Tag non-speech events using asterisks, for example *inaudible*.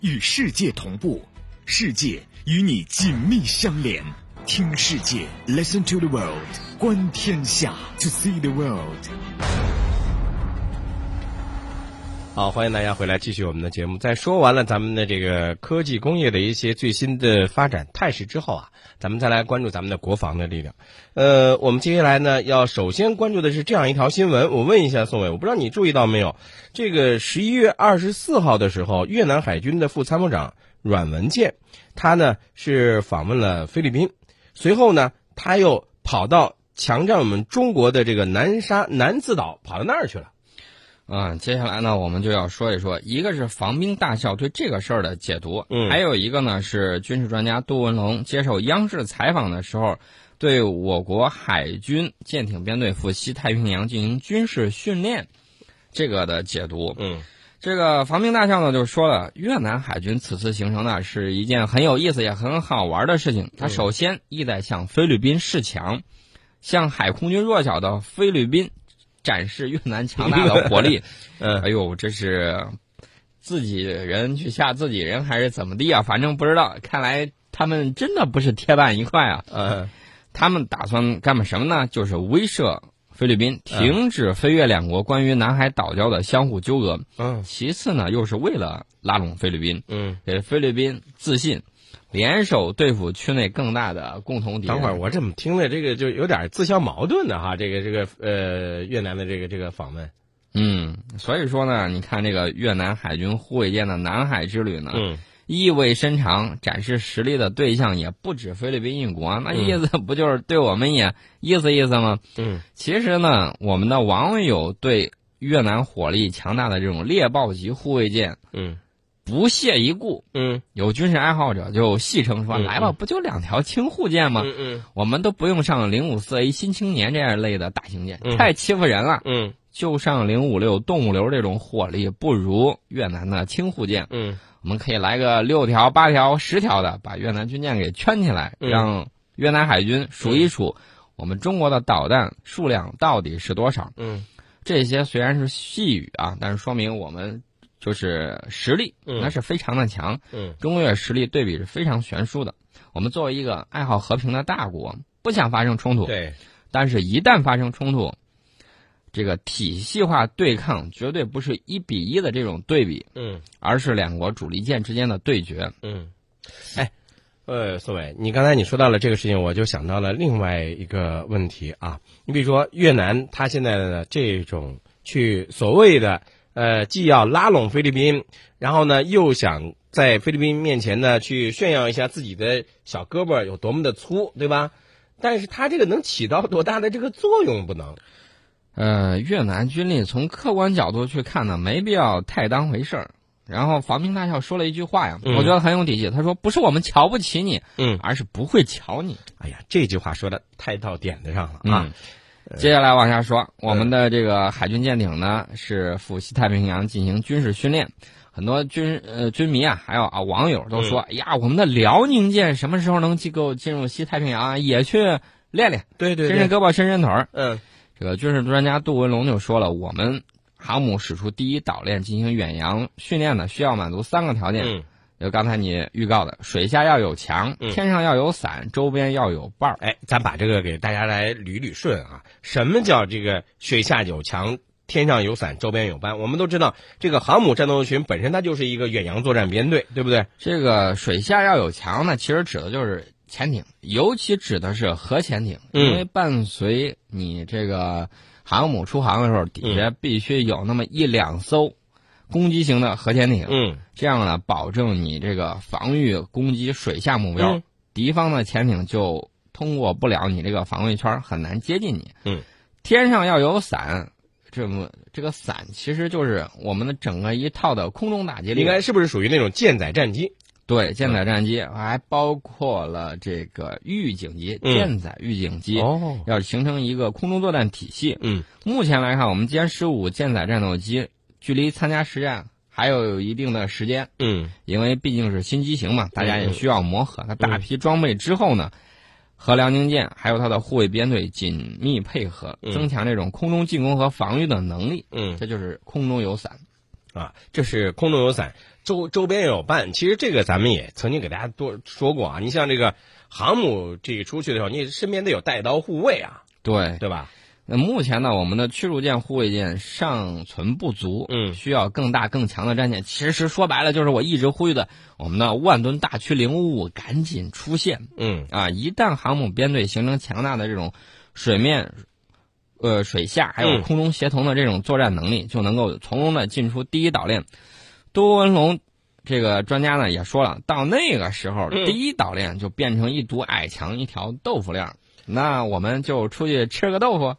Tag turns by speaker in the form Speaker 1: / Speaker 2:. Speaker 1: 与世界同步，世界与你紧密相连。听世界，Listen to the world，观天下，To see the world。
Speaker 2: 好，欢迎大家回来继续我们的节目。在说完了咱们的这个科技工业的一些最新的发展态势之后啊，咱们再来关注咱们的国防的力量。呃，我们接下来呢，要首先关注的是这样一条新闻。我问一下宋伟，我不知道你注意到没有，这个十一月二十四号的时候，越南海军的副参谋长阮文健，他呢是访问了菲律宾，随后呢他又跑到强占我们中国的这个南沙南自岛，跑到那儿去了。
Speaker 3: 嗯，接下来呢，我们就要说一说，一个是防兵大校对这个事儿的解读，
Speaker 2: 嗯
Speaker 3: 还有一个呢是军事专家杜文龙接受央视采访的时候，对我国海军舰艇编队赴西太平洋进行军事训练，这个的解读。
Speaker 2: 嗯
Speaker 3: 这个防兵大校呢，就说了，越南海军此次行程呢是一件很有意思也很好玩的事情。它首先意在向菲律宾示强，向海空军弱小的菲律宾展示越南强大的火力。
Speaker 2: 嗯
Speaker 3: 哎呦，这是自己人去吓自己人还是怎么地啊？反正不知道。看来他们真的不是铁板一块啊！
Speaker 2: 呃
Speaker 3: *laughs* 他们打算干嘛什么呢？就是威慑菲律宾，停止菲越两国关于南海岛礁的相互纠葛。
Speaker 2: 嗯
Speaker 3: 其次呢，又是为了拉拢菲律宾，
Speaker 2: 嗯。
Speaker 3: 给菲律宾自信，联手对付区内更大的共同敌人。
Speaker 2: 等会儿，我怎么听着这个就有点自相矛盾的哈？这个这个呃，越南的这个这个访问，
Speaker 3: 嗯，所以说呢，你看这个越南海军护卫舰的南海之旅呢，
Speaker 2: 嗯，
Speaker 3: 意味深长，展示实力的对象也不止菲律宾一国，那意思不就是对我们也意思意思吗？
Speaker 2: 嗯，
Speaker 3: 其实呢，我们的网友对越南火力强大的这种猎豹级护卫舰
Speaker 2: 嗯
Speaker 3: 不屑一顾，
Speaker 2: 嗯
Speaker 3: 有军事爱好者就戏称说：“
Speaker 2: 嗯
Speaker 3: 来吧，
Speaker 2: 嗯
Speaker 3: 不就两条轻护舰吗？
Speaker 2: 嗯嗯
Speaker 3: 我们都不用上零五四 A 新青年这样类的大型舰，
Speaker 2: 嗯
Speaker 3: 太欺负人了。
Speaker 2: 嗯
Speaker 3: 就上零五六动物流这种火力不如越南的轻护舰，
Speaker 2: 嗯
Speaker 3: 我们可以来个六条、八条、十条的，把越南军舰给圈起来，
Speaker 2: 嗯
Speaker 3: 让越南海军数一数我们中国的导弹数量到底是多少。
Speaker 2: 嗯
Speaker 3: 这些虽然是细语啊，但是说明我们就是实力
Speaker 2: 嗯
Speaker 3: 那是非常的强。
Speaker 2: 嗯
Speaker 3: 中越实力对比是非常悬殊的。我们作为一个爱好和平的大国，不想发生冲突，
Speaker 2: 对，
Speaker 3: 但是一旦发生冲突，这个体系化对抗绝对不是一比一的这种对比，
Speaker 2: 嗯
Speaker 3: 而是两国主力舰之间的对决。
Speaker 2: 嗯，哎，呃，宋伟，你刚才你说到了这个事情，我就想到了另外一个问题啊。你比如说越南，它现在的这种去所谓的呃，既要拉拢菲律宾，然后呢又想在菲律宾面前呢去炫耀一下自己的小胳膊有多么的粗，对吧？但是它这个能起到多大的这个作用不能？
Speaker 3: 呃，越南军力从客观角度去看呢，没必要太当回事儿。然后防兵大校说了一句话呀，
Speaker 2: 嗯
Speaker 3: 我觉得很有底气。他说：“不是我们瞧不起你，
Speaker 2: 嗯，
Speaker 3: 而是不会瞧你。
Speaker 2: 哎呀，这句话说的太到点子上了啊。
Speaker 3: 啊。接下来往下说，
Speaker 2: 呃
Speaker 3: 我们的这个海军舰艇呢是赴西太平洋进行军事训练，很多军呃军迷啊，还有啊网友都
Speaker 2: 嗯
Speaker 3: 说，哎呀，我们的辽宁舰什么时候能机构进入西太平洋啊？也去练练，
Speaker 2: 对对
Speaker 3: 伸伸
Speaker 2: 对，
Speaker 3: 胳膊伸伸腿儿。
Speaker 2: 嗯
Speaker 3: 这个军事专家杜文龙就说了，我们航母使出第一岛链进行远洋训练呢，需要满足三个条件，
Speaker 2: 嗯，
Speaker 3: 就刚才你预告的，水下要有墙，
Speaker 2: 嗯
Speaker 3: 天上要有伞，周边要有伴儿。
Speaker 2: 哎，咱把这个给大家来捋捋顺啊。什么叫这个水下有墙，天上有伞，周边有班？我们都知道，这个航母战斗群本身它就是一个远洋作战编队，对不对？
Speaker 3: 这个水下要有墙呢，其实指的就是潜艇，尤其指的是核潜艇，
Speaker 2: 嗯
Speaker 3: 因为伴随你这个航母出航的时候，底下必须有那么一两艘攻击型的核潜艇，
Speaker 2: 嗯
Speaker 3: 这样呢，保证你这个防御攻击水下目标，
Speaker 2: 嗯
Speaker 3: 敌方的潜艇就通过不了你这个防卫圈，很难接近你。
Speaker 2: 嗯，
Speaker 3: 天上要有伞。这么这个伞其实就是我们的整个一套的空中打击力，
Speaker 2: 应该是不是属于那种舰载战机？
Speaker 3: 对，舰
Speaker 2: 嗯
Speaker 3: 载战机还包括了这个预警机、
Speaker 2: 嗯
Speaker 3: 舰载预警机，
Speaker 2: 哦，
Speaker 3: 要形成一个空中作战体系。
Speaker 2: 嗯
Speaker 3: 目前来看，我们歼十五舰载战斗机距离参加实战还有一定的时间，
Speaker 2: 嗯
Speaker 3: 因为毕竟是新机型嘛，大家也需要磨合。那大
Speaker 2: 嗯
Speaker 3: 批装备之后呢，和辽宁舰还有它的护卫编队紧密配合，
Speaker 2: 嗯
Speaker 3: 增强这种空中进攻和防御的能力。
Speaker 2: 嗯
Speaker 3: 这就是空中有伞。
Speaker 2: 啊，这是空中有伞。周周边也有伴。其实这个咱们也曾经给大家多说过啊，你像这个航母这个出去的时候，你身边得有带刀护卫啊，
Speaker 3: 对，
Speaker 2: 对吧？
Speaker 3: 那目前呢，我们的驱逐舰、护卫舰尚存不足，
Speaker 2: 嗯
Speaker 3: 需要更大更强的战舰。其实说白了，就是我一直呼吁的，我们的万吨大驱零五五赶紧出现
Speaker 2: 嗯
Speaker 3: 啊！一旦航母编队形成强大的这种水面、呃水下还有
Speaker 2: 嗯
Speaker 3: 空中协同的这种作战能力，就能够从容的进出第一岛链。多文龙这个专家呢也说了，到那个时候，
Speaker 2: 嗯
Speaker 3: 第一岛链就变成一堵矮墙，一条豆腐链儿。那我们就出去吃个豆腐。